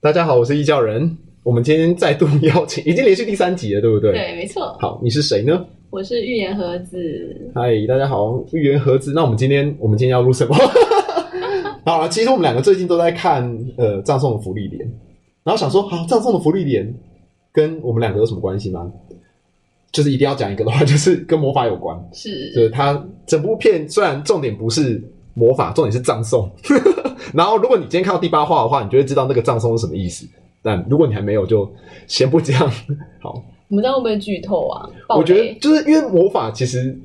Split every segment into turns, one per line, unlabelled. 大家好，我是异教人。我们今天再度邀请，已经连续第三集了，对不对？
对，没错，
好，你是谁呢？
我是预言盒子。
嗨，大家好，预言盒子。那我们今天，我们今天要录什么？ 好了，其实我们两个最近都在看呃葬送的福利莲，然后想说，好，葬送的福利莲跟我们两个有什么关系吗？就是一定要讲一个的话，就是跟魔法有关。就是是它整部片虽然重点不是魔法，重点是葬送。 然后如果你今天看到第八话的话，你就会知道那个葬送是什么意思。但如果你还没有，就先不讲。好，
我们这样会不会剧透啊？爆
我觉得
雷
就是因为魔法其实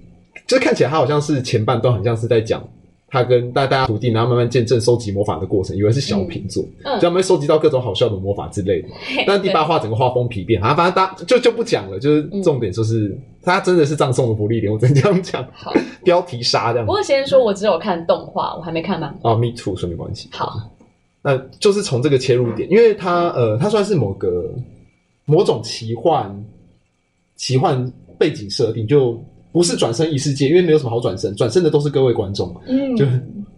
就是看起来它好像是前半段很像是在讲。他跟大大家徒弟，然后慢慢见证收集魔法的过程，以为是小品作，
嗯
就他们会收集到各种好笑的魔法之类的。
嘿
但第八话整个画风疲变，啊，反正大就就不讲了，就是
嗯
重点就是、他真的是葬送的福利点，我只 能这样讲。
对好。
标题杀这样
不
子。
过先说，我只有看动画，我还没看漫画。
啊，me too，所以没关系。
好，
那就是从这个切入点，因为它呃，它算是某个某种奇幻奇幻背景设定，就不是转身异世界，因为没有什么好转身，转身的都是各位观众，
嗯
就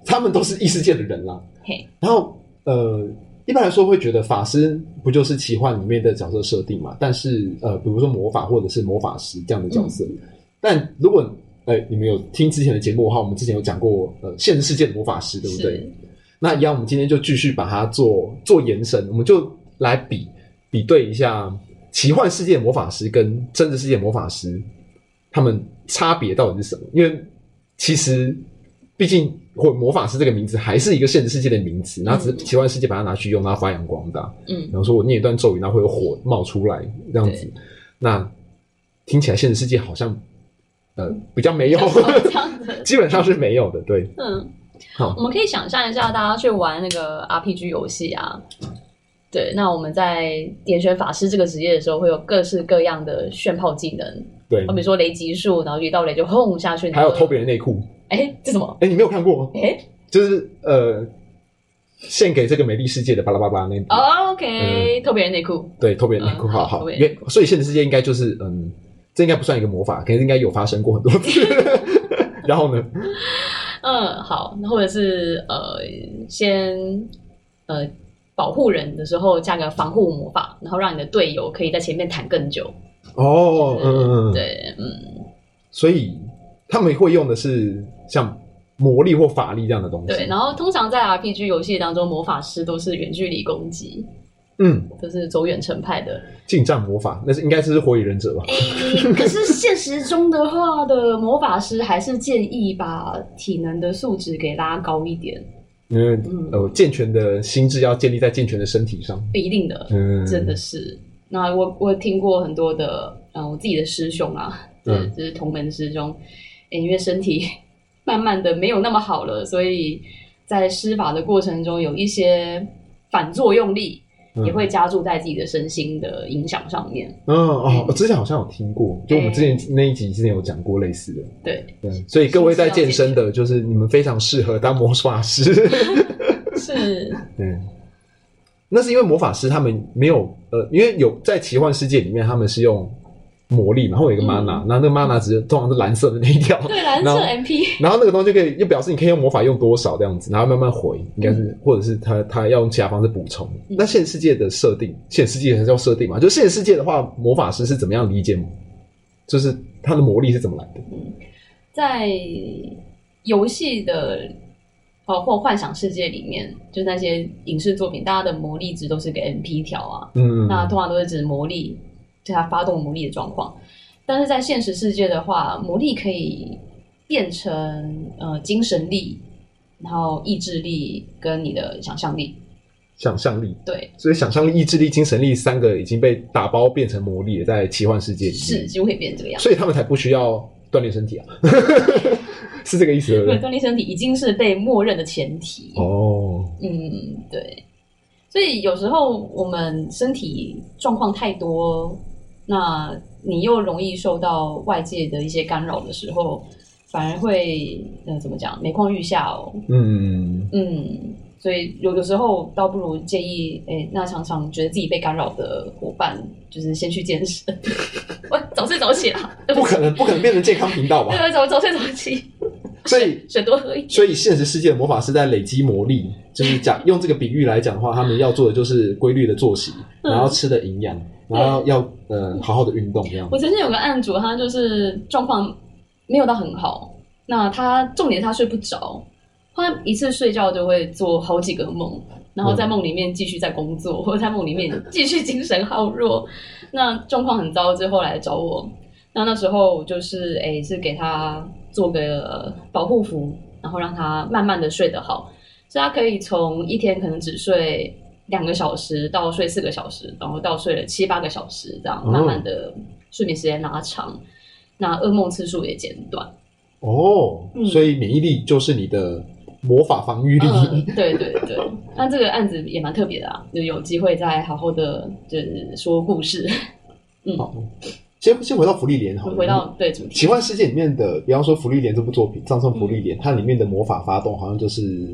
他们都是异世界的人啦。
嘿，
然后呃，一般来说会觉得法师不就是奇幻里面的角色设定嘛？但是呃，比如说魔法或者是魔法师这样的角
嗯
色，但如果呃你们有听之前的节目的话，我们之前有讲过呃现实世界的魔法师，对不对？
是
那一样，我们今天就继续把它做做延伸，我们就来比比对一下奇幻世界魔法师跟真实世界魔法师他们差别到底是什么？因为其实毕竟或魔法师这个名字还是一个现实世界的名词，然后只是奇幻世界把它拿去用，然后发扬光大。
嗯
比，方说我念一段咒语，然后会有火冒出来这样子，那听起来现实世界好像呃比较 没有，
这样子，
基本上是没有的，对。
嗯，
好
我们可以想象一下，大家去玩那个 RPG 游戏啊。对，那我们在点选法师这个职业的时候，会有各式各样的炫炮技能，
对
好，比如说雷击术，然后一到雷就轰下去。
嗯还有偷别人内裤，
哎、这什么？
哎，你没有看过吗？
哎、
就是呃，献给这个美丽世界的巴拉巴拉那部，
哦 OK，、
嗯
偷别人内裤，
对，偷别人内裤，
嗯
好
好
好，
偷别
因
人
为所以现实世界应该就是嗯，这应该不算一个魔法，可是应该有发生过很多 次。然后呢，
嗯，好，那或者是呃，先呃保护人的时候加个防护魔法，然后让你的队友可以在前面弹更久。
哦，嗯嗯，嗯，
对，嗯，
所以他们会用的是像魔力或法力这样的东西，
对。然后通常在 RPG 游戏当中，魔法师都是远距离攻击，
嗯，
都是走远程派的。
近战魔法，那是应该是火影忍者吧？
哎 可是现实中的话的魔法师还是建议把体能的素质给拉高一点，
因为
嗯
呃，健全的心智要建立在健全的身体上，
不一定的。
嗯，
真的是。那我我听过很多的，嗯、我自己的师兄啊，就是
嗯
就是同门师兄，诶因为身体 慢慢的没有那么好了，所以在施法的过程中有一些反作用力，
嗯
也会加注在自己的身心的影响上面。
嗯哦，我之前好像有听过，就我们之前那一集之前有讲过类似的，
对，
对，所以各位在健身的，就是你们非常适合当魔法师。
是，
对，那是因为魔法师他们没有呃，因为有在奇幻世界里面，他们是用魔力嘛，会有一个 mana，、然后那个 mana 只是通常是蓝色的那一条，
对蓝
然后
色 MP，
然后那个东西就可以又表示你可以用魔法用多少这样子，然后慢慢回，应该是、或者是他他要用其他方式补充。
嗯
那现实世界的设定，现实世界还是要设定嘛？就现实世界的话，魔法师是怎么样理解，就是他的魔力是怎么来的？
在游戏的哦或幻想世界里面，就那些影视作品，大家的魔力值都是给 MP 条啊，
嗯，
那通常都是指魔力，对它发动魔力的状况。但是在现实世界的话，魔力可以变成呃精神力，然后意志力跟你的想象力。
想象力，
对，
所以想象力、意志力、精神力三个已经被打包变成魔力了，在奇幻世界里面
是，就会变成这个样子。
所以他们才不需要锻炼身体啊， 是这个意思对不
对，
对？
锻炼身体已经是被默认的前提。
哦，
嗯，对。所以有时候我们身体状况太多，那你又容易受到外界的一些干扰的时候，反而会呃怎么讲，每况愈下哦。
嗯，
嗯，所以有的时候倒不如建议，哎、那常常觉得自己被干扰的伙伴，就是先去健身。 我早睡早起啦，对
不
不起，
可能，不可能变成健康频道吧？
对，早早睡早起。
所以，
水多喝一点。
所以现实世界的魔法师在累积魔力，就是 讲用这个比喻来讲的话，他们要做的就是规律的作息，
嗯
然后吃的营养，然后要呃好好的运动这样。
我曾经有个案主，他就是状况没有到很好，那他重点他睡不着，他一次睡觉就会做好几个梦，然后在梦里面继续在工作，或者在梦里面继续精神耗弱，那状况很糟之后来找我，那那时候我就是诶是给他做个保护服，然后让他慢慢的睡得好，所以他可以从一天可能只睡。两个小时到睡四个小时，然后到睡了七八个小时，这样
哦
慢慢的睡眠时间拉长，那噩梦次数也减 短。
哦
嗯，
所以免疫力就是你的魔法防御力。
嗯，对对对。那这个案子也蛮特别的啊，就有机会再好好的就是说故事，
好，先先回到福利莲好了，
回到对主
奇
题。
幻世界里面的，比方说《福利莲》这部作品，《葬送福利莲》，
嗯
它里面的魔法发动好像就是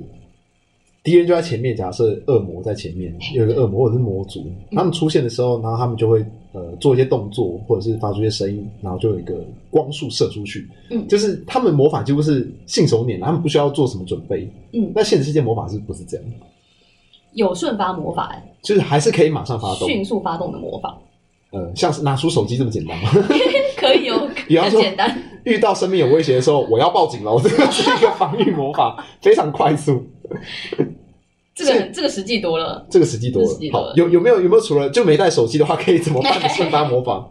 敌人就在前面，假设恶魔在前面，有一个恶魔或者是魔族，
嗯
他们出现的时候，然后他们就会呃做一些动作，或者是发出一些声音，然后就有一个光束射出去，
嗯
就是他们魔法几乎是信手拈来，他们不需要做什么准备。
嗯，
那现实世界魔法是不是这样？
有瞬发魔法，
就是还是可以马上发动，
迅速发动的魔法，
呃，像是拿出手机这么简单吗？
可以哦，
比方
很
说
简单。
遇到生命有威胁的时候，我要报警了，我这个是一个防御魔法，非常快速。
这个很这个实际多了。
这个时机多
这时机
了。
多了
好，有有没有有没有除了就没带手机的话，可以怎么办的 瞬发魔法？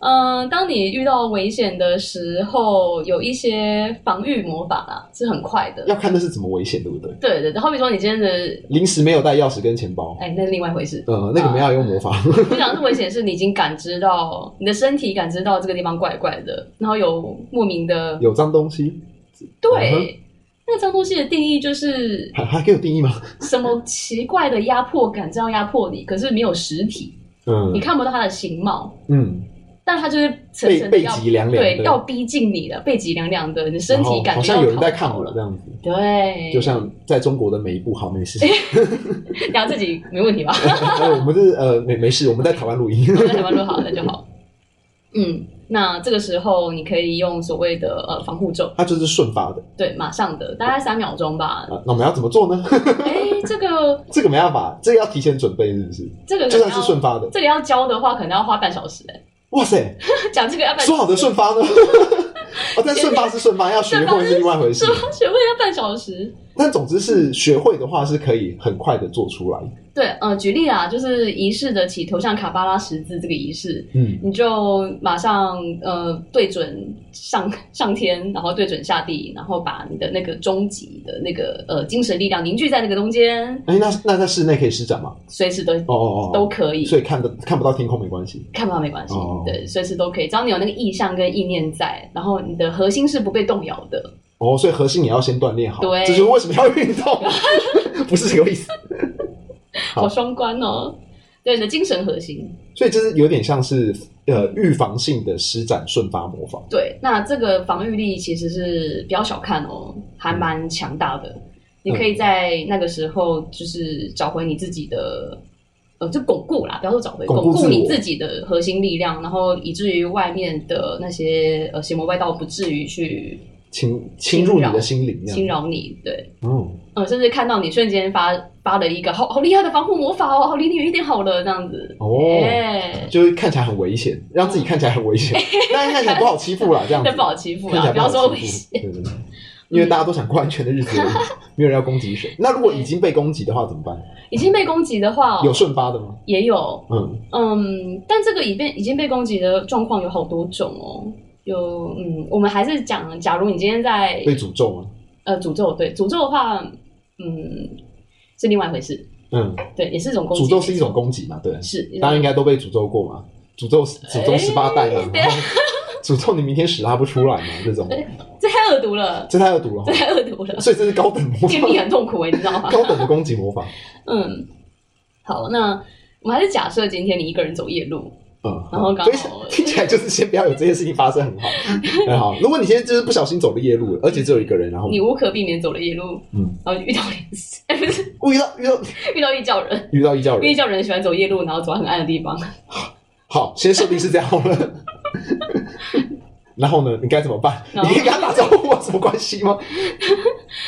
嗯、当你遇到危险的时候，有一些防御魔法啊，是很快的。
要看那是怎么危险，对不对？
对对对，好比说你今天的，
临时没有带钥匙跟钱包，
哎，那是另外一回 事。
呃，那个没有用魔法。
我想是危险，是你已经感知到你的身体感知到这个地方怪怪的，然后有莫名的
有脏东西，嗯
对。那个脏东西的定义就是
还还可以有定义吗？
什么奇怪的压迫感，这样压迫你，可是没有实体，你
嗯
看不到它的形貌，
嗯，
但它就是层
背
层地
背
要
脊凉凉
对，
的，
要逼近你了，背脊凉凉的，你身
然
体
后
感
好
觉
像
到
有人在看
烤
我
了，
这样子，
对，
就像在中国的每一步，好没事，
聊自己没问题吧？
哎我们是呃没没事，我们在台湾录音。
在台湾录好那就好。嗯，那这个时候你可以用所谓的呃防护咒，
它就是顺发的
对，马上的，大概三秒钟吧，
啊，那我们要怎么做呢？
哎，这个
这个没办法，这个要提前准备，是不是？
这个
就
可
算
能
是
要
顺发的，
这个要教的话，可能要花半小时。 哎，
哇塞，
讲这个要半小时
说好的顺发 呢？哦，但顺发是顺发，要学会是另外一回事
是。吗？学会要半小时。
但总之是学会的话，是可以很快的做出来。
对，呃，举例啊，就是仪式的起头像卡巴拉十字这个仪式，
嗯，
你就马上呃对准上上天，然后对准下地，然后把你的那个终极的那个呃精神力量凝聚在那个中间，
哎、那那在室内可以施展吗？
随时都
哦哦哦，
都可以。
所以看的看不到天空没关系。
看不到没关系
哦
对，随时都可以，只要你有那个意向跟意念在，然后你的核心是不被动摇的，
哦，所以核心也要先锻炼好。
对
这就是为什么要运 动，不是这个意思。好
好双关哦。对，你的精神核心。
所以这是有点像是呃预防性的施展顺发魔法。
对，那这个防御力其实是不要小看哦，还蛮强大的。你可以在那个时候就是找回你自己的，呃，就巩固啦，不要说找回，
巩
巩
固自
固
我
你自己的核心力量，然后以至于外面的那些呃邪魔外道不至于去
侵侵入你的心灵，这
侵
样。
扰你。对，
嗯，
嗯、甚至看到你瞬间发发了一个好好厉害的防护魔法哦，好离你远一点好了，这样子。
哦
哎
就是看起来很危险，让自己看起来很危险， 但看起来不好欺负啦，这样子
这。不好欺负
看起
啦，
来
不要说
好
危
欺
险
负，对对对，因为大家都想过安全的日子而已，没有人要攻击谁。那如果已经被攻击的话怎么办？
已经被攻击的话、哦，
有顺发的吗？
也有
嗯，
嗯，但这个已被已经被攻击的状况有好多种哦。有嗯，我们还是讲，假如你今天在
被诅咒吗？
呃诅咒，对诅咒的话，嗯，是另外一回事，
嗯，
对，也是一种攻击。
诅咒是一种攻击嘛，对，
是，是
大家应该都被诅咒过嘛，诅咒
哎
诅咒十八代嘛，
对
然后诅咒你明天屎拉不出来嘛，这种，
这太恶毒了，
这太恶毒了
这
哈，
太恶毒了，
所以这是高等魔
天地
法，
很痛苦哎、你知道吗？
高等的攻击魔法，
嗯，好，那我们还是假设今天你一个人走夜路，
嗯，
然后刚好
所以听起来就是先不要有这些事情发生，很 好，很好。如果你现在就是不小心走了夜路，而且只有一个人，然后
你无可避免走了夜路，
嗯，
然后遇到 连死，哎不是
遇到遇到
遇到异教人，
遇到异教
因为
人
异，教人喜欢走夜路，然后走到很暗的地方。
好，先设定是这样好了。 然后呢，你该怎么办？
然
你
后
可以跟他打招呼啊，什么关系吗？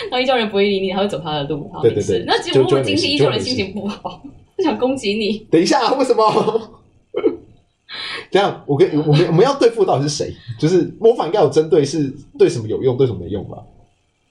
然后异教人不会理你，他会走他的路，然后没
对对
事
对
那结果如
就
果
就会没
今
事
天异
就
教
会
人
没
心
事
情不好，他想攻击你，
等一下，啊为什么？这样，我跟我们我们要对付到底是谁？就是模仿应该有针对是对什么有用，对什么没用吧？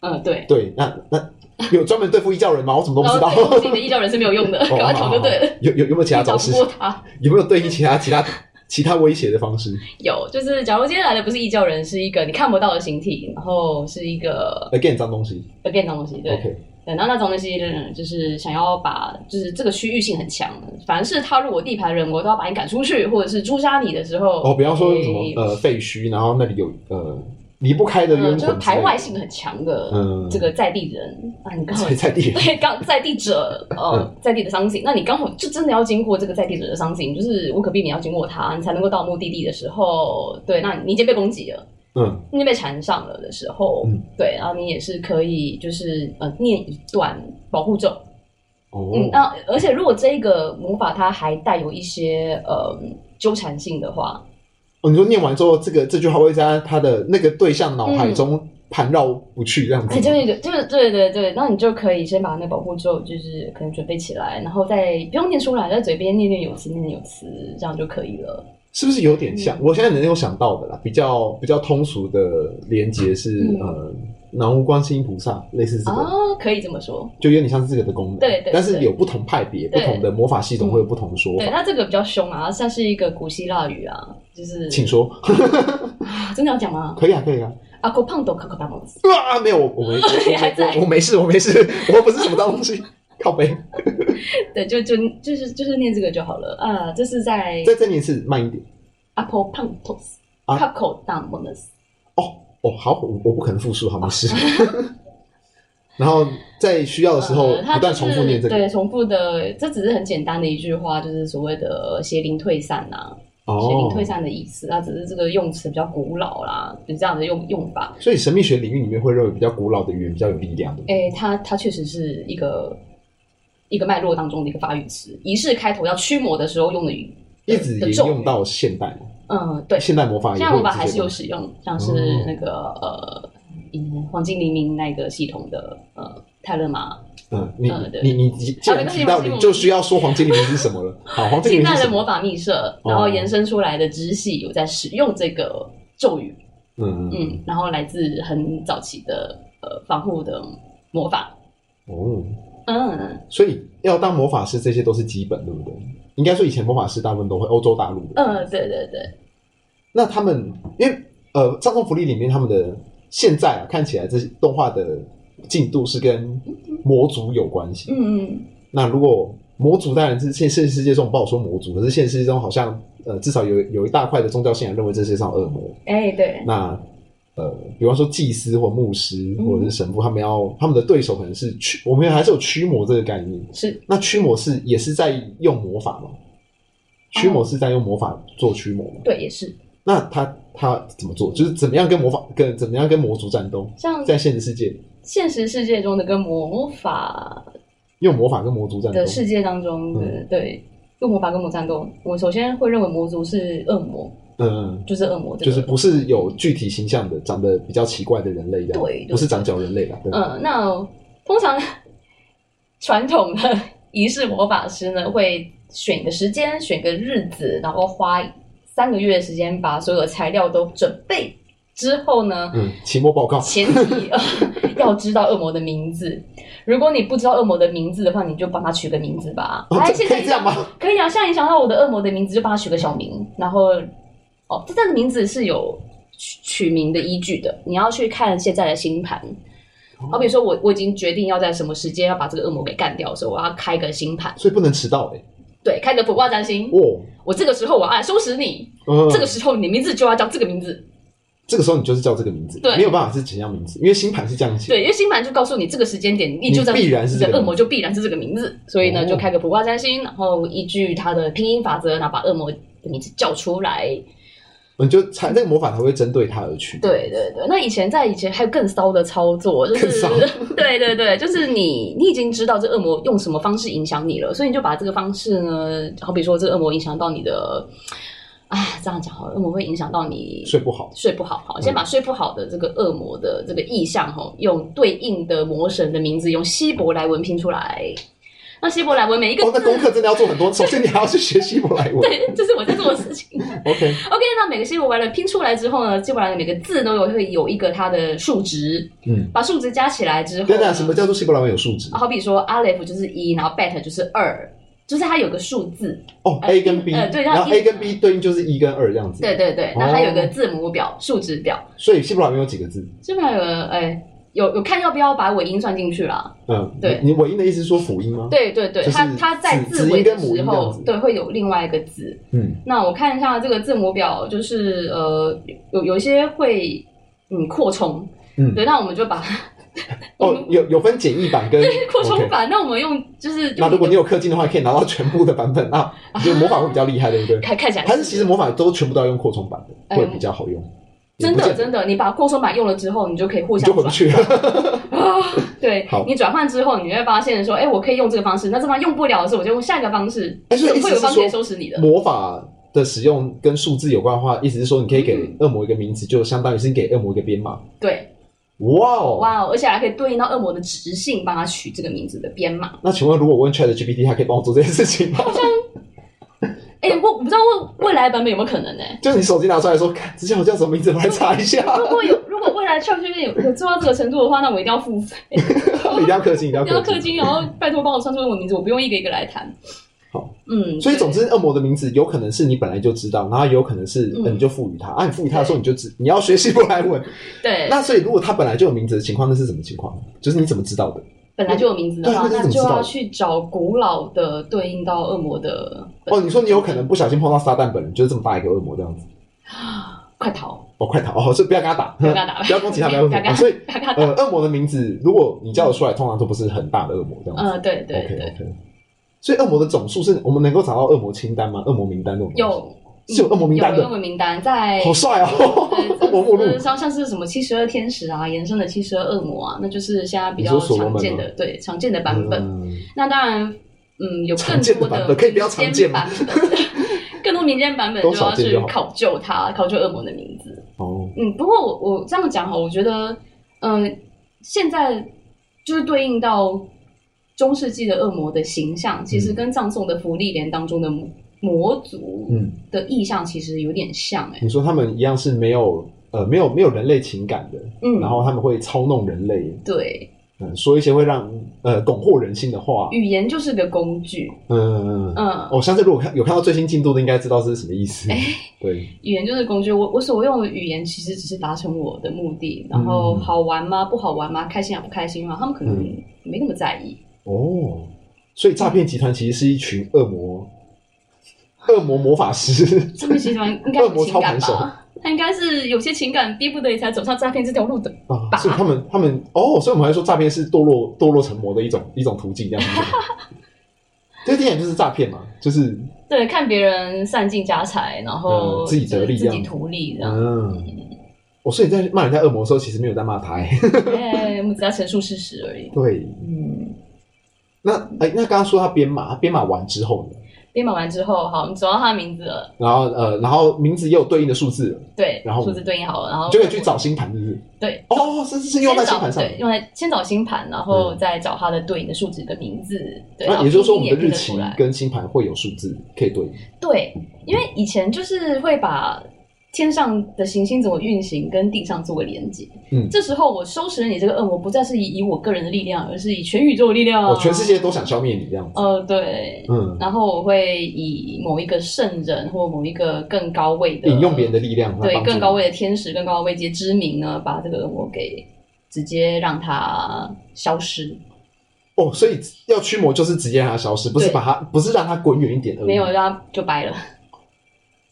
嗯，对。
对，那那有专门对付异教人 吗？我怎么都不
然
知道
后。对攻击你的异教人是没有用的，
哦
赶快逃就对了。。
有有有没有其他
你
招
找不
式？
过他。
有没有对应其他其他其他威胁的方式
有，就是假如今天来的不是异教人，是一个你看不到的形体，然后是一个
？again 脏东西
again 的东西，对。
，OK，
对，然后那种东西呢，就是想要把，就是这个区域性很强，凡是踏入我地盘的人，我都要把你赶出去，或者是诛杀你的时候。
哦，比方说什
诶
么呃废墟，然后那里有呃离不开的冤
呃，
魂之类
就是
的，
排外性很强的
嗯
这个在地人 啊，你刚好
在在地
对刚在地者
嗯
呃在地的伤景，那你刚好就真的要经过这个在地者的伤景，就是无可避免要经过它，你才能够到目的地的时候，对，那你已经被攻击了。
嗯
你已经被缠上了的时候，
嗯
对，然后你也是可以就是呃念一段保护咒，
哦
嗯，那而且如果这个魔法它还带有一些呃纠缠性的话，
哦，你说念完之后，这个这句话会在他的那个对象脑海中盘绕不去，这样子
哎，
吗。
就是有就是对对对，那你就可以先把那个保护咒就是可能准备起来，然后再不用念出来，在嘴边念念有词，念念有词，这样就可以了。
是不是有点像？
嗯
我现在能够想到的啦，比较比较通俗的连接是、
嗯
呃，南无观世音菩萨，类似这个，
啊，可以这么说。
就有点像是这个的功能。
对对
但是
对
有不同派别、不
对
同的魔法系统会有不同的说
对，
法。
那这个比较凶啊，像是一个古希腊语啊，就是
请说，
啊真的要讲吗？
可以啊，可以啊。
阿克胖斗可可巴蒙斯，
啊，没有，我我 没
你还在
我我我没事，我没事，我又不是什么脏东西。靠背，
对，就就就是就是念这个就好了啊。这是在
再再念一次，慢一点。
阿克胖斗斯，
啊
阿口大蒙斯。
哦，好，我我不可能复述，好，没事。 然后在需要的时候，
呃它
不断
就是
重复念这个。
对，重复的，这只是很简单的一句话，就是所谓的邪灵退散啊，邪灵
哦，
退散的意思啊，只是这个用词比较古老啦，就这样的用用法。
所以神秘学领域里面会认为比较古老的语言比较有力量的。
诶，它它确实是一个一个脉络当中的一个法语词，仪式开头要驱魔的时候用的语，
一直
的
沿
咒
用
语
到现代，
嗯，对，
现代魔法
现
也
在
会
魔法
这
还
些
是有
东西
使用，像是
哦
那个、呃。嗯，黄金黎明那个系统的呃泰勒玛
嗯，你
嗯对
你你既既然
没关系
提到，
没关系我
你
们
就需要说黄金黎明是什么了。好，黄金黎
近
明是
代
什
的
么？哦
魔法密社，然后延伸出来的支系有在使用这个咒语，
嗯嗯
嗯，然后来自很早期的呃防护的魔法，
哦，
嗯
所以要当魔法师，这些都是基本，对不对？应该说以前魔法师大部分都会欧洲大陆的。
嗯，对对对，
那他们因为呃，葬送福利里面他们的现在啊，看起来这些动画的进度是跟魔族有关系。
嗯嗯
那如果魔族当然是现现实世界中不好说魔族，可是现实世界中好像呃至少有有一大块的宗教信仰认为这世界上有恶魔。
哎对，
那呃，比方说祭司或牧师
嗯
或者是神父，他们要他们的对手可能是驱，我们还是有驱魔这个概念。
是
那驱魔是也是在用魔法吗？驱魔是在用魔法做驱魔吗？
对也是，
那他他怎么做？就是怎么样跟魔法跟怎么样跟魔族战斗？
像
在现实世界
现实世界中的跟魔法
用魔法跟魔族战斗嗯
的，世界当中的对。用魔法跟魔战斗，我首先会认为魔族是恶魔，
嗯，
就是恶魔、这
就
个。
是不是有具体形象的，长得比较奇怪的人类这样，
对对
不是长脚人类啦，对，
嗯，那通常 传统的仪式魔法师呢，会选个时间，选个日子，然后花三个月的时间把所有的材料都准备之后呢，
嗯，期末报告，
前提、 呃、要知道恶魔的名字。如果你不知道恶魔的名字的话，你就帮他取个名字吧。
哦
哎，
这
现
可
在
以这样吗？
可以啊，现在你想到我的恶魔的名字，就帮他取个小名，然后哦，这这个名字是有取取名的依据的，你要去看现在的星盘。
哦
好比说我我已经决定要在什么时间要把这个恶魔给干掉的时候，我要开个星盘，
所以不能迟到哎，
对，开个卜卦占星。
哦，
我这个时候我要来收拾你，
嗯，
这个时候你名字就要叫这个名字，
这个时候你就是叫这个名字，
对
没有办法是怎样名字，因为星盘是这样写，
对，因为星盘就告诉你这个时间点，你就在
必然是这个
你
名字
的恶魔就必然是这个名字，所以呢
哦
就开个卜卦占星，然后依据它的拼音法则，然后把恶魔的名字叫出来，
你就猜这个魔法才会针对他而去，
对对对，那以前在以前还有更骚的操作，就
更
是
骚
对对对，就是你你已经知道这恶魔用什么方式影响你了，所以你就把这个方式呢，好比说这个恶魔影响到你的啊，这样讲好了，恶魔会影响到你
睡不好，
睡不好，好，
嗯
先把睡不好的这个恶魔的这个意象，哈，用对应的魔神的名字，用希伯来文拼出来。那希伯来文每一个
哦，那
字，
功课真的要做很多，首先你还要去学希伯来文。
对， 这是我在做的事情。
OK，
OK，那每个希伯来文拼出来之后呢，希伯来文每个字都有会有一个它的数值，
嗯，
把数值加起来之后呢，
对
啊
对，什么叫做希伯来文有数值？
好比说 aleph 就是一，然后 bet 就是二，就是它有个数字。
哦
呃
，A 跟 B，
呃对
然后
它
A 跟 B 对应就是一跟二这样子。
对，对对，那它有个字母表、数值表，
所以希伯来文有几个字？
这边有个哎。有有看要不要把尾音算进去啦？
嗯，
对
你尾音的意思是说辅音吗？，
对对对，
就是
它它在
子
字
子音
尾的
跟母
时
音这样
候
子，
对会有另外一个字。
嗯，
那我看一下这个字母表，就是呃有有一些会嗯扩充，
嗯
对，那我们就把
哦，有有分简易 版跟
扩充
OK。
版，那我们用就是
那
用
如果你有氪金的话，可以拿到全部的版本啊，就魔法会比较厉害，对不 对？
看看起来
还是其实魔法都全部都要用扩充版的，
哎
会比较好用。
真
也不
的
见得
真的，你把扩充版用了之后，你就可以互
你
相
就回不
转。
去了。
对
好，
你转换之后，你会发现说，哎，我可以用这个方式，那这方用不了的时候，我就用下一个方式，
哎所以意思
会有
是
方式
说
收拾你的。
魔法的使用跟数字有关的话，意思是说你可以
嗯
给恶魔一个名字，就相当于是你给恶魔一个编码。
对，
哇哦！
哇哦，而且还可以对应到恶魔的直性，帮他取这个名字的编码。
那请问，如果我问 Chat GPT，它可以帮我做这件事情吗？
哎，我我不知道未未来版本有没有可能呢、
就是你手机拿出来说，看之前我叫什么名字，我来查一 下。
如果有，如果未来 ChatGPT 有有做到这个程度的话，那我一定要付费，
一定要氪金，一定要
一定要氪
氪
金，然后拜托帮我算出我名字，我不用一个一个来谈。
好，
嗯，
所以
对
总之，恶魔的名字有可能是你本来就知道，然后有可能是
嗯
呃你就赋予它。啊，你赋予它的时候，你就知你要学希伯来文。
对，
那所以，如果它本来就有名字的情况，那是什么情况？就是你怎么知道的？
本来就有名字的
对
话，
那
那
你怎么知
就
道
要去找古老的对应到恶魔的。
哦，你说你有可能不小心碰到撒旦本人，就是这么大一个恶魔这样子。
快逃！
哦，快逃！哦，所以不要跟他打，
不要跟他 打
不要攻击他，不要攻击
不要跟
他。
他
所以，
咔咔，
呃，恶魔的名字，如果你叫得出来，通常都不是很大的恶魔这样子。
呃，对对
OK
对，
OK。所以，恶魔的总数是我们能够找到恶魔清单吗？恶魔名单这种东西
有
是有恶魔名单
有恶
的，
魔名单在
好。帅哦！ 恶魔目录
呃，像像是什么七十二天使啊，延伸的七十二恶魔啊，那就是现在比较
你说所罗门
常
吗
见的，对常见的版本。
嗯
那当然，嗯，有更
常见的
多
版本可以不要
民间
常见吗
版本 更多民间版本
都
就
少
要
见
去
就好
考究它，考究恶魔的名字。
哦，
嗯，不过我我这样讲哈，我觉得，嗯、现在就是对应到中世纪的恶魔的形象，其
嗯
实跟葬送的福利莲当中的魔魔族
嗯，
的意象其实有点像哎、
你说他们一样是没有呃没有没有人类情感的，
嗯，
然后他们会操弄人类，
对，
嗯，说一些会让呃蛊惑人心的话，
语言就是个工具，
嗯。
嗯，
我相信如果看有看到最新进度的，应该知道是什么意思。
哎
对，
语言就是工具，我我所用的语言其实只是达成我的目的，然后
嗯
好玩吗？不好玩吗？开心啊不开心啊？他们可能
嗯
没那么在意。
哦，所以诈骗集团其实是一群恶魔，恶魔魔法师。
他们集团 应该
恶魔
有
操
情
盘
感
手
吧？他应该是有些情感逼不得已才走上诈骗这条路的。
啊，
吧
所以他们他们哦，所以我们还说诈骗是堕落堕落成魔的一种一种途径，这样 子。这第一点就是诈骗嘛，就是
对，看别人散尽家财，然后、
嗯自己得利
就是自
这
己
样
图利这样。
嗯，我、所以你在骂人家恶魔的时候，其实没有在骂他、欸。
哎，我们只要陈述事实而已。
对，
嗯，
那哎、那刚刚说他编码，他编码完之后呢，
编码完之后，好，我们找到他的名字了，
然后呃，然后名字也有对应的数字了，
对，
然后
数字对应好了，然后
就可以去找星盘，是不是？
哦对。
哦，是是是用在星盘上
先找对，用在先找星盘，然后再找它的对应的数值的名字。对，
那
然后
啊也就是说，我
拼
们的
音也拼
日
得
期
出来
跟星盘会有数字可以对应。
对，因为以前就是会把天上的行星怎么运行跟地上做个连接。
嗯
这时候我收拾了你这个恶魔，不再是以以我个人的力量，而是以全宇宙的力量、啊。
哦，全世。界都想消灭你这样子。
呃，对。
嗯，
然后我会以某一个圣人或某一个更高位的
引用别人的力量来
对
帮助
更
你
高位的天使、更高的位阶之名呢，把这个恶魔给直接让它消失。
哦，所以要驱魔就是直接让它消失，不是
对
把它，不是让它滚远一点而已。
没有，让它就掰了。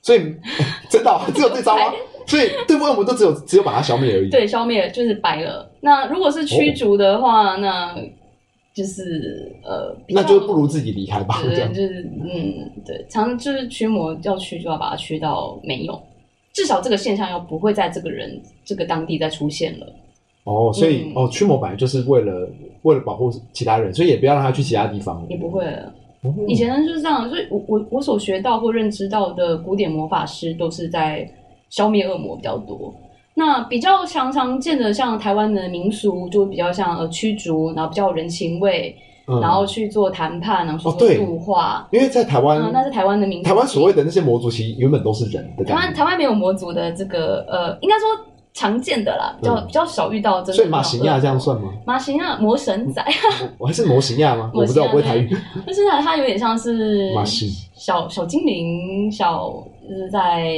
所以 真的哦、只有这招 啊。所以对付恶魔都只有只有把它消灭而已。，
对，消灭就是白了。那如果是
哦
驱逐的话，那就是呃，比较
那就不如自己离开吧。
对
这样
对，就是嗯，对，常就是驱魔要驱，就要把它驱到没有，至少这个现象要不会在这个人这个当地再出现了。
哦，所以、
嗯
哦，驱魔本来就是为了为了保护其他人，所以也不要让他去其他地方。
也不会了，
哦
以前就是这样，所以我我我所学到或认知到的古典魔法师都是在消灭恶魔比较多。那比较常常见的，像台湾的民俗，就比较像呃驱逐，然后比较有人情味，
嗯
然后去做谈判，然后
哦
去做
对
度化。
因为在台湾
嗯，，那是台湾的民俗。
台湾所谓的那些魔族，其实原本都是人的
台
感
湾
觉，
台湾没有魔族的这个呃，应该说常见的啦，比较、
嗯
比较少遇到真的。
所以马行亚这样，算 吗？
马行亚魔神仔，
我还是模型亚吗？我
模
不知
型
道，
亚
我不会台语。
但是呢，它有点像是
马戏
小小精灵，小就是在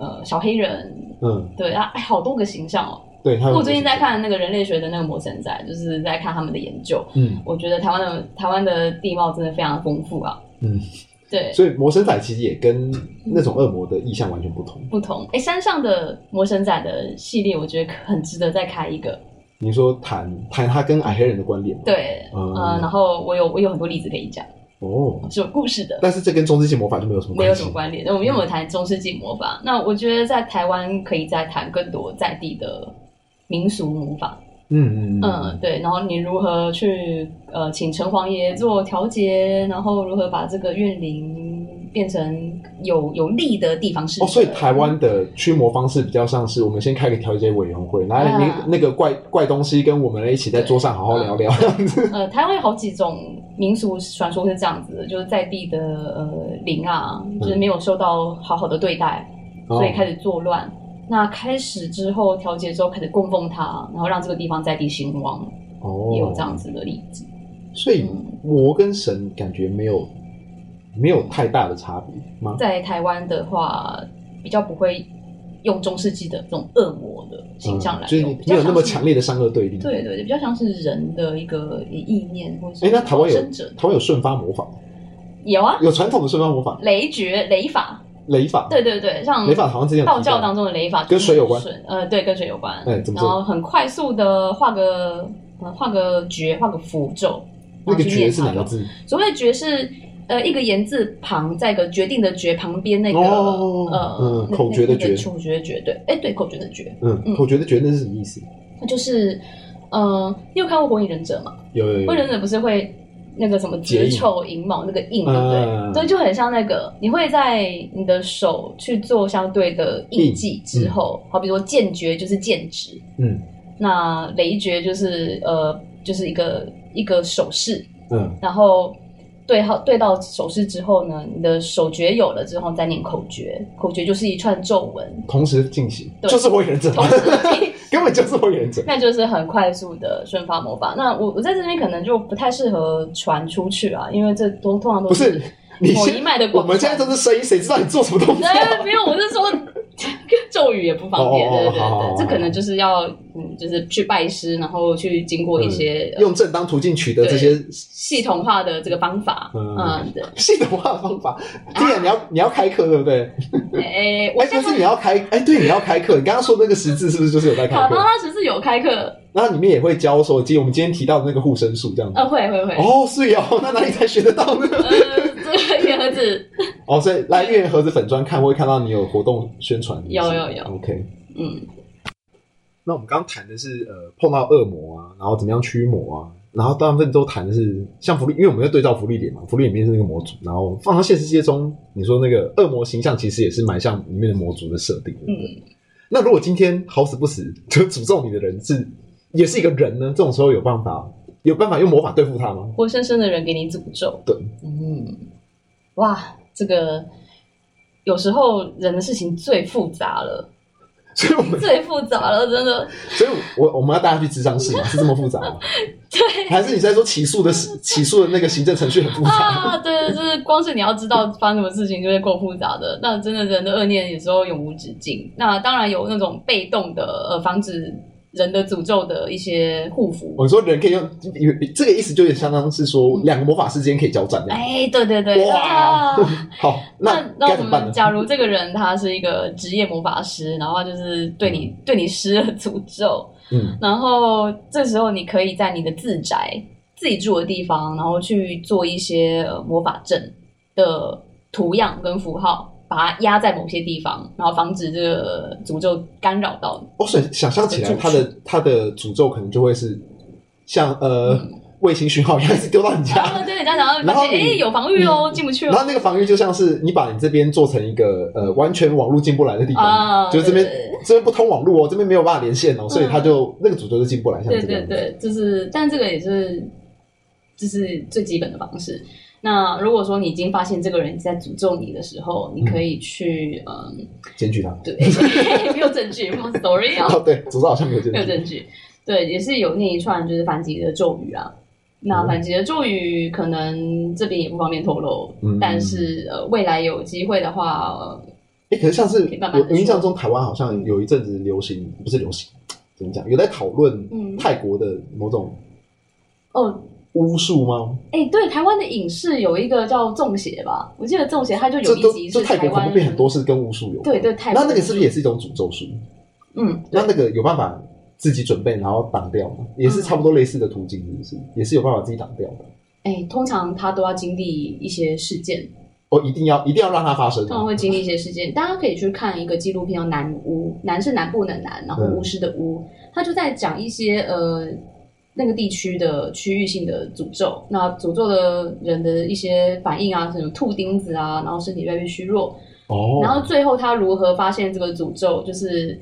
呃小黑人，
嗯，
对它哎好多个形象哦。
对，他有
我最近在，看那个人类学的那个魔神仔，就是在看他们的研究。
嗯
我觉得台湾的台湾的地貌真的非常丰富啊，
嗯，
对，
所以魔神仔其实也跟那种恶魔的意象完全不同。
不同。哎，山上的魔神仔的系列，我觉得很值得再开一个。
你说谈谈他跟矮黑人的关联吗？，
对，
嗯
呃，然后我有我有很多例子可以讲，
哦，
是有故事的，
但是这跟中世纪魔法就没有什么
没
关
有
系嗯
什么关联。那我们因为我们谈中世纪魔法，那我觉得在台湾可以再谈更多在地的民俗魔法。
嗯嗯
嗯，，对。然后你如何去呃请城隍爷做调节，然后如何把这个怨灵变成有有利的地方是？
哦，所以台湾的驱魔方式比较像是我们先开个调解委员会，然后
啊
那那个怪怪东西跟我们一起在桌上好好聊聊这样子。
呃，台湾有好几种民俗传说是这样子的，就是在地的呃灵啊，就是没有受到好好的对待，
哦
所以开始作乱。那开始之后调节之后，开始供奉他，然后让这个地方在地兴旺，
哦，
也有这样子的例子。
所以
嗯
魔跟神感觉没有没有太大的差别吗？
在台湾的话，比较不会用中世纪的这种恶魔的形象来
嗯就是
用，
你
比
没
较
有那么
像是
强。烈的善恶对立。
对对对，比较像是人的一个意念，或是
哎，那台湾有
生者
台湾有顺发魔法吗，
有啊，
有传统的顺发魔法，
雷诀、雷法，
雷法，嗯
对对对，像
雷法好像之前有提
道教
到
当中的雷法
跟水有关，
呃，对，跟水有关。
哎怎么
然
做
后很快速的画个呃画个诀，画个符咒，
那
然后
个
去
诀
念
是
它
哪个
就好。
字？
所谓的诀是呃一个言字旁，在一个决定的决旁边那个
哦
呃
嗯
那
口诀的
那
诀
那个口诀的诀，对，哎对，口诀的诀，
嗯
嗯，
我觉得觉得那是什么意思？
那就是呃，你有看过《火影忍者》吗？
有有
《
有
火影忍者》不是会。那个什么
嗯结
子
印
丑寅卯那个印，对不
嗯
对？所以就很像那个，你会在你的手去做相对的印记之后，好比说剑诀就是剑指，
嗯
那雷诀就是呃，就是一个一个手势，
嗯
然后对好对到手势之后呢，你的手诀有了之后再念口诀，口诀就是一串 皱纹，
同时进行，
对
就是火影忍者，
同时
根本就是火影忍者。
那就是很快速的顺发魔法。那我我在这边可能就不太适合传出去啊，因为这都通常都
不是你
某
现
一脉的
我
广传。
们现在都是声音，谁知道你做什么动作？
哎，没有，我是说咒语也不方便，
哦哦
对对对
好好好
对，这可能就是要嗯，就是去拜师，然后去经过
嗯
一些、呃
用正当途径取得这些
系统化的这个方法，
嗯
嗯，对，
系统化的方
啊
法。第然你要你要开课对不对？
哎、我
哎，
现
但
在
是你要开哎，对，你要开课。你刚刚说那个十字是不是就是有在开
卡巴
课？
拉只是有开课，
然后里面也会教说，今我们今天提到的那个护身术这样子。
呃，会会会，
哦，是哦，那哪里才学得到呢？
呃，这个月盒子，
哦，所以来月盒子粉砖看会看到你有活动宣传，
有
是不是
有有
OK，
嗯，
那我们刚刚谈的是呃碰到恶魔啊，然后怎么样驱魔啊，然后大部分都谈的是呃像福利，因为我们在对照福利点嘛，福利里面是那个魔族，然后放到现实世界中，你说那个恶魔形象其实也是蛮像里面的魔族的设定的。
嗯，
那如果今天好死不死就诅咒你的人是 也是一个人呢，这种时候有办法有办法用魔法对付他吗？
活生生的人给你诅咒，
对，
嗯，哇，这个有时候人的事情最复杂了，
所以我们
最复杂了，真的，
所以我我们要带他去智商室嘛，是这么复杂吗？
对。
还是你在说起诉的事起诉的那个行政程序很复杂？
啊，对，就是光是你要知道发生什么事情，就是够复杂的。那真的人的恶念有时候永无止境。那当然有那种被动的，呃，防止人的诅咒的一些护符。
我说人可以用，这个意思就有点相当是说两个魔法师之间可以交战这样。
嗯哎，对对对，
哇
啊！
好，
那
该
我
怎么办
们
呢？
假如这个人他是一个职业魔法师，然后他就是对你对你施了诅咒，
嗯，
然后这时候你可以在你的自宅自己住的地方，然后去做一些呃魔法阵的图样跟符号，把它压在某些地方，然后防止这个诅咒干扰
哦
到你。
我想想象起来，他的他的诅咒可能就会是像呃卫星讯号，原来是丢到你家。
啊，对，家长会
然
发
后
现，哎、
你
有防御哦，进不 去
然
哦。
后那个防御就像是你把你这边做成一个呃完全网络进不来的地方，
啊
就是这边
对对
这边不通网络哦，这边没有办法连线哦，所以他就、那个主角就进不来，像
对
这个
对
样子。
对，就是，但这个也是，就是最基本的方式。那如果说你已经发现这个人在诅咒你的时
嗯
候，你可以去，嗯，
检举他。
对， 没有证据没有，sorry 啊、
哦，对，主角好像没有检
没有
举。
证据。对，也是有那一串就是反击的咒语啊。那
嗯
反击的咒语可能这边也不方便透露，
嗯
但是呃，未来有机会的话，呃
哎，可是像是
可以慢慢
我
地
我印象中台湾好像有一阵子流行，不是流行，怎么讲？有在讨论
嗯
泰国的某种
哦，
巫术吗？
哎、对，台湾的影视有一个叫《中邪》吧，我记得《中邪》它就有
这
一
都
集
这
是
泰国恐
湾
怖片很多是跟巫术有关。
对对泰国
那那个是不是也是一种诅咒术？
嗯，
那那个有办法自己准备然后挡掉吗？也
嗯
是差不多类似的途径，是不是？也是有办法自己挡掉的。
哎、通常他都要经历一些事 件，
哦，一定要一定要让它发生
通
啊。
常会经历一些事件。大家可以去看一个纪录片叫《南巫》，南是南部的南，然后
嗯
巫师的巫，他就在讲一些呃那个地区的区域性的诅咒，那诅咒的人的一些反应啊，什么吐钉子啊，然后身体越来越虚弱，
哦，
然后最后他如何发现这个诅咒，就是。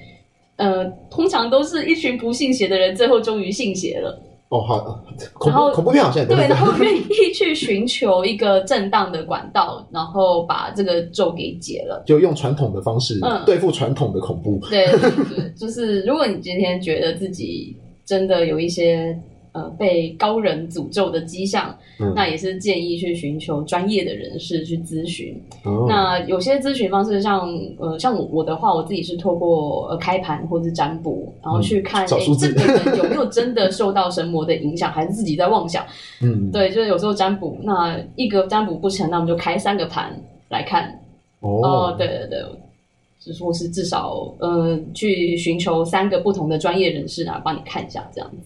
呃，通常都是一群不信邪的人，最后终于信邪了。
哦好，恐
然后
怖恐怖片好像也都
对，
是这
然
样。
后愿意去寻求一个正当的管道，然后把这个咒给解了。
就用传统的方式
嗯
对付传统的恐怖，
对， 就是就是如果你今天觉得自己真的有一些呃被高人诅咒的迹象，
嗯
那也是建议去寻求专业的人士去咨询。
哦
那有些咨询方式像呃像我我的话，我自己是透过呃开盘或者占卜，然后去看、
嗯找
诶
数字
这个人有没有真的受到神魔的影响，还是自己在妄想。
嗯，
对，就是有时候占卜，那一个占卜不成，那我们就开三个盘来看。哦，
哦，
对对对，就是或是至少呃去寻求三个不同的专业人士啊，帮你看一下这样子。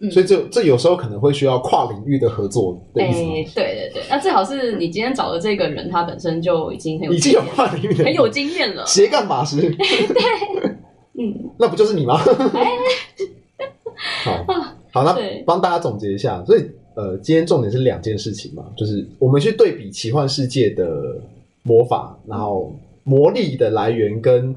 嗯
所以这这有时候可能会需要跨领域的合作的意思吗，
哎对对对，那最好是你今天找的这个人，他本身就已经很有
已经有跨领域的
很有经 验了。
斜杠法 师，
嗯，
那不就是你 吗？好，好，那
啊对
帮大家总结一下，所以呃，今天重点是两件事情嘛，就是我们去对比奇幻世界的魔法，然后魔力的来源跟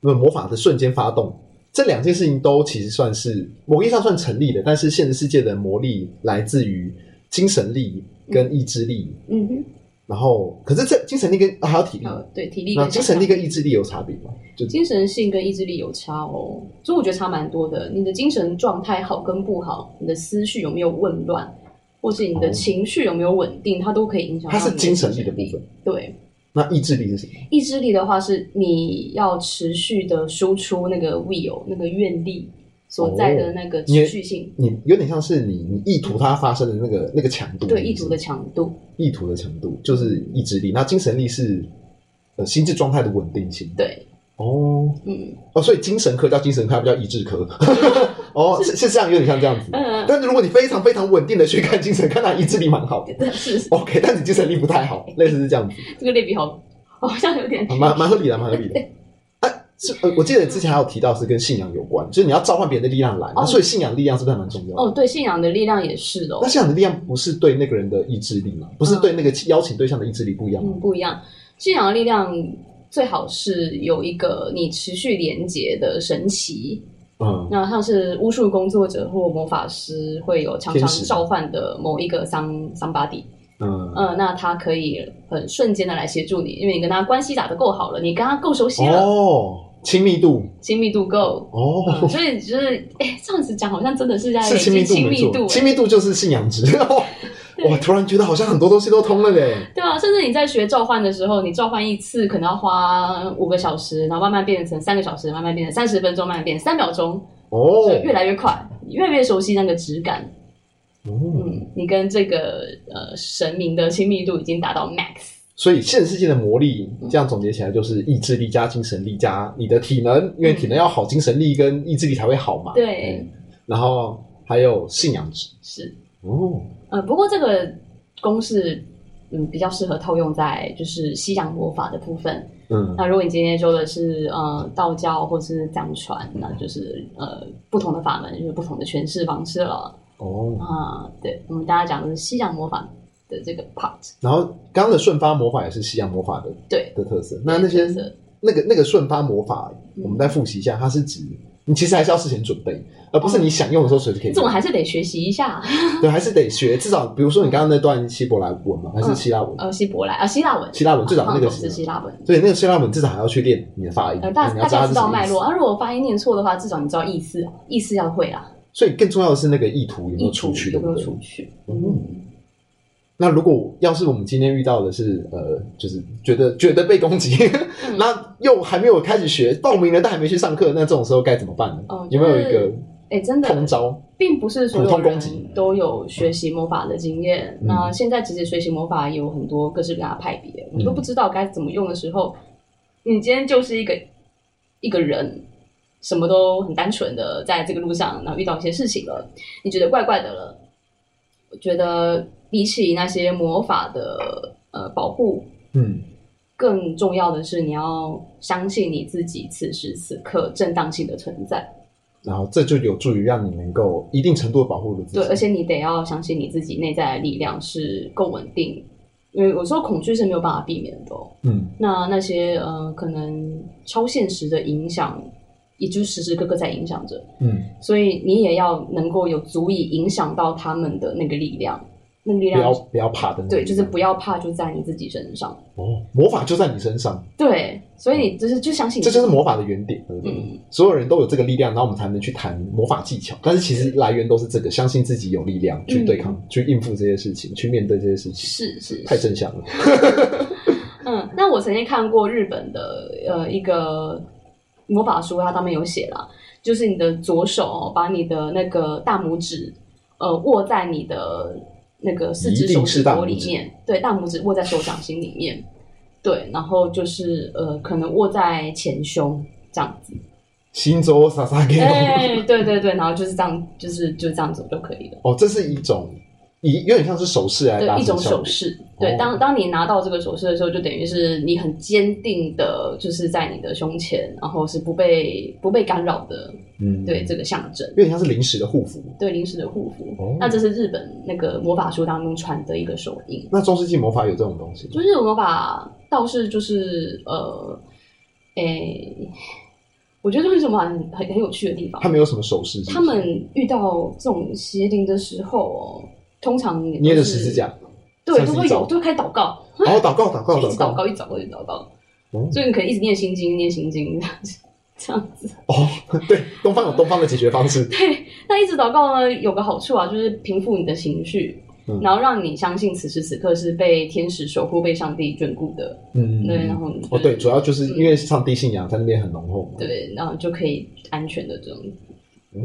那魔法的瞬间发动这两件事情都其实算是某意义上算成立的，但是现实世界的魔力来自于精神力跟意志力，
嗯哼，
然后可是这精神力跟、啊还有体力，
呃，对，体力
那
跟
精
想
神力
象
跟意志力有差别吗？就
精神性跟意志力有差哦，所以我觉得差蛮多的。你的精神状态好跟不好，你的思绪有没有混乱，或是你的
哦
情绪有没有稳定，它都可以影响到
它
你的
是精神力的部
精神
分
力。，对，
那意志力是什么？
意志力的话是你要持续的输出那个 will 那个愿力所在的那个持续性，
你有点像是你你意图它发生的那个那个强度，
对意图的强度。
意图的强度就是意志力，那精神力是呃心智状态的稳定性。
对，
哦
嗯
哦，所以精神科叫精神科，它不叫意志 科。哦，是是这样，有点像这样子。
嗯，
但是如果你非常非常稳定的去看精神，看它意志力蛮好的。
但是
OK，但你精神力不太好，类似是这样子，
这个类比好好像有点
啊 蛮蛮合理的，蛮合 理的。啊，是呃，我记得之前还有提到是跟信仰有关，就是你要召唤别人的力量来，那
哦
所以信仰力量是不是还蛮重要的？
哦，对，信仰的力量也是哦
那，信仰的力量不是对那个人的意志力吗？不是对那个邀请对象的意志力不一样吗？
嗯，不一样。信仰的力量最好是有一个你持续连接的神奇，
嗯，
那像是巫术工作者或魔法师会有常
天
常
使
召唤的某一个桑桑巴迪，
嗯，
嗯，那他可以很瞬间的来协助你，因为你跟他关系打得够好了，你跟他够熟悉了，
哦，亲密度，
亲密度 够。嗯
哦，
所以就是，哎、这样子讲好像真的是在
是
累
亲
积
密度没
亲密度
错，，亲
哎
密度就是信仰值。 哦哇，突然觉得好像很多东西都通了嘞。
对啊，甚至你在学召唤的时候，你召唤一次可能要花五个小时，然后慢慢变成三个小时，慢慢变成三十分钟，慢慢变成三秒钟，
哦
就，越来越快，你越来越熟悉那个质感。
嗯，
嗯，你跟这个呃神明的亲密度已经达到 max。
所以现实世界的魔力，这样总结起来就是意志力加精神力加你的体能，因为体能要好，精神力跟意志力才会好嘛。
对
嗯，然后还有信仰值。
是，
哦，
呃，不过这个公式，嗯，比较适合套用在就是西洋魔法的部分。
嗯，
那如果你今天修的是呃道教或是藏传，那就是呃不同的法门，就是不同的诠释方式了。
哦，
啊、对，我们大家讲的是西洋魔法的这个 part，
然后刚刚的顺发魔法也是西洋魔法的
对，
的特色。那那些
角色
那个那个顺发魔法，
嗯
我们再复习一下，它是指你其实还是要事前准备，而不是你想用的时候随时可以
你怎么
用。
还是得学习一下？
对，还是得学，至少比如说你刚刚那段希伯来文嘛，还是希腊文，
呃，希伯来啊，希腊文，
希腊文至少那个
啊是希腊文。
所以那个希腊文至少还要去练你的发音，
呃，大
你
大
要
家
它
知
是
道
什么
脉
意思
络啊，如果发音念错的话，至少你知道意思啊，意思要会啦，
所以更重要的是那个意图有没
意
有
图
出去，
有
对不
没有
对？
出去？
嗯那如果要是我们今天遇到的是呃，就是觉得觉得被攻击，
嗯
那又还没有开始学，报名了但还没去上课，那这种时候该怎么办呢？
哦
有没有一
就是
个
哎，真的，
通招？
并不是所
普
有
通攻
人
击
都有学习魔法的经验。
嗯
那现在其实学习魔法有很多各式各样的派别，我们都不知道该怎么用的时候，你今天就是一个一个人，什么都很单纯的在这个路上，然后遇到一些事情了，你觉得怪怪的了。我觉得比起那些魔法的呃保护，
嗯，
更重要的是你要相信你自己此时此刻正当性的存在。
然后这就有助于让你能够一定程度的保护了自己。
对，而且你得要相信你自己内在的力量是够稳定，因为有时候恐惧是没有办法避免的哦、
嗯，
那那些呃，可能超现实的影响，也就时时刻刻在影响着，
嗯
所以你也要能够有足以影响到他们的那个力量，那个力
不
量
要
是
不要怕的那种。
对，就是不要怕，就在你自己身上。
哦，魔法就在你身上，
对，所以你就是就相信
嗯
你
这就是
自己
魔法的原点，对不对？
嗯
所有人都有这个力量，然后我们才能去谈魔法技巧。但是其实来源都是这个，相信自己有力量去对抗、去应付这些事情，去面对这些事情，
嗯是是
太
是
正向了。
嗯，那我曾经看过日本的呃一个魔法书，它上面有写啦，就是你的左手、哦、把你的那个大拇指呃握在你的那个四只
一定
手
是
指
大
头
拇
里
指
面，对，大拇指握在手掌心里面，对，然后就是呃可能握在前胸这样 子，
心州萨萨给
哎、对对对，然后就是这样，就是就这样子就可以了。
哦，这是一种以有点像是手势来达
对，
成
一种
效果
手势。对，
哦
当当你拿到这个手势的时候，就等于是你很坚定的，就是在你的胸前，然后是不被不被干扰的，
嗯，
对这个象征，
有点像是临时的护符。
对临时的护符。
哦
那这是日本那个魔法书当中传的一个手印，
那中世纪魔法有这种东西吗，
就是我们把道士就是呃，诶，我觉得这是什么很很很有趣的地方
他。们有什么手势是不是？
啊他们遇到这种邪灵的时候哦，通常也都
捏着
是
十字架，，
对，
算是
都
一
会有
种
都会开始 祷告。
然后祷告祷告
一直
祷
祷
告
告，一直祷告，一直祷告，
哦
所以你可以一直念心经，念心经这样子。这样子，
哦， 对，东方有东方的解决方式，
那一直祷告呢，有个好处啊，就是平复你的情绪，
嗯
然后让你相信此时此刻是被天使守护、被上帝眷顾的。
嗯，嗯
对，啊
嗯
然后你就
哦，对，主要就是因为上帝信仰在那边很浓厚嘛。
对，然后就可以安全的这种。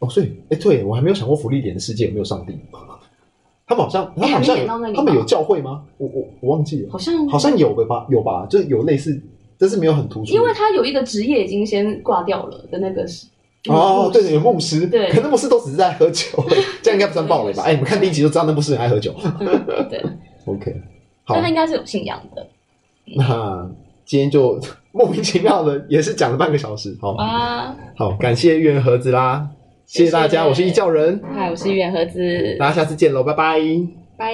哦，所以，哎，对我还没有想过福利点的世界有没有上帝。他们好像，他们好像
还没
有
演到那里吧
他们有教会吗？我我我忘记了，
好像
好像有的吧，有吧，就是有类似，但是没有很突出。
因为他有一个职业已经先挂掉了的那个是
哦，
牧师
对对，有牧师，
对
可那牧师都只是在喝 酒，这样应该不算暴雷吧？哎，你们看第一集就知道那牧师很爱喝酒。
嗯对，
OK，好
但他，应该是有信仰的
那今天就莫名其妙的也是讲了半个小时，好
啊。
好，感谢月圆盒子啦，谢谢大
谢
家，
谢
我是异教人，
嗨，我是圆盒子，
大家下次见喽，拜拜。
拜。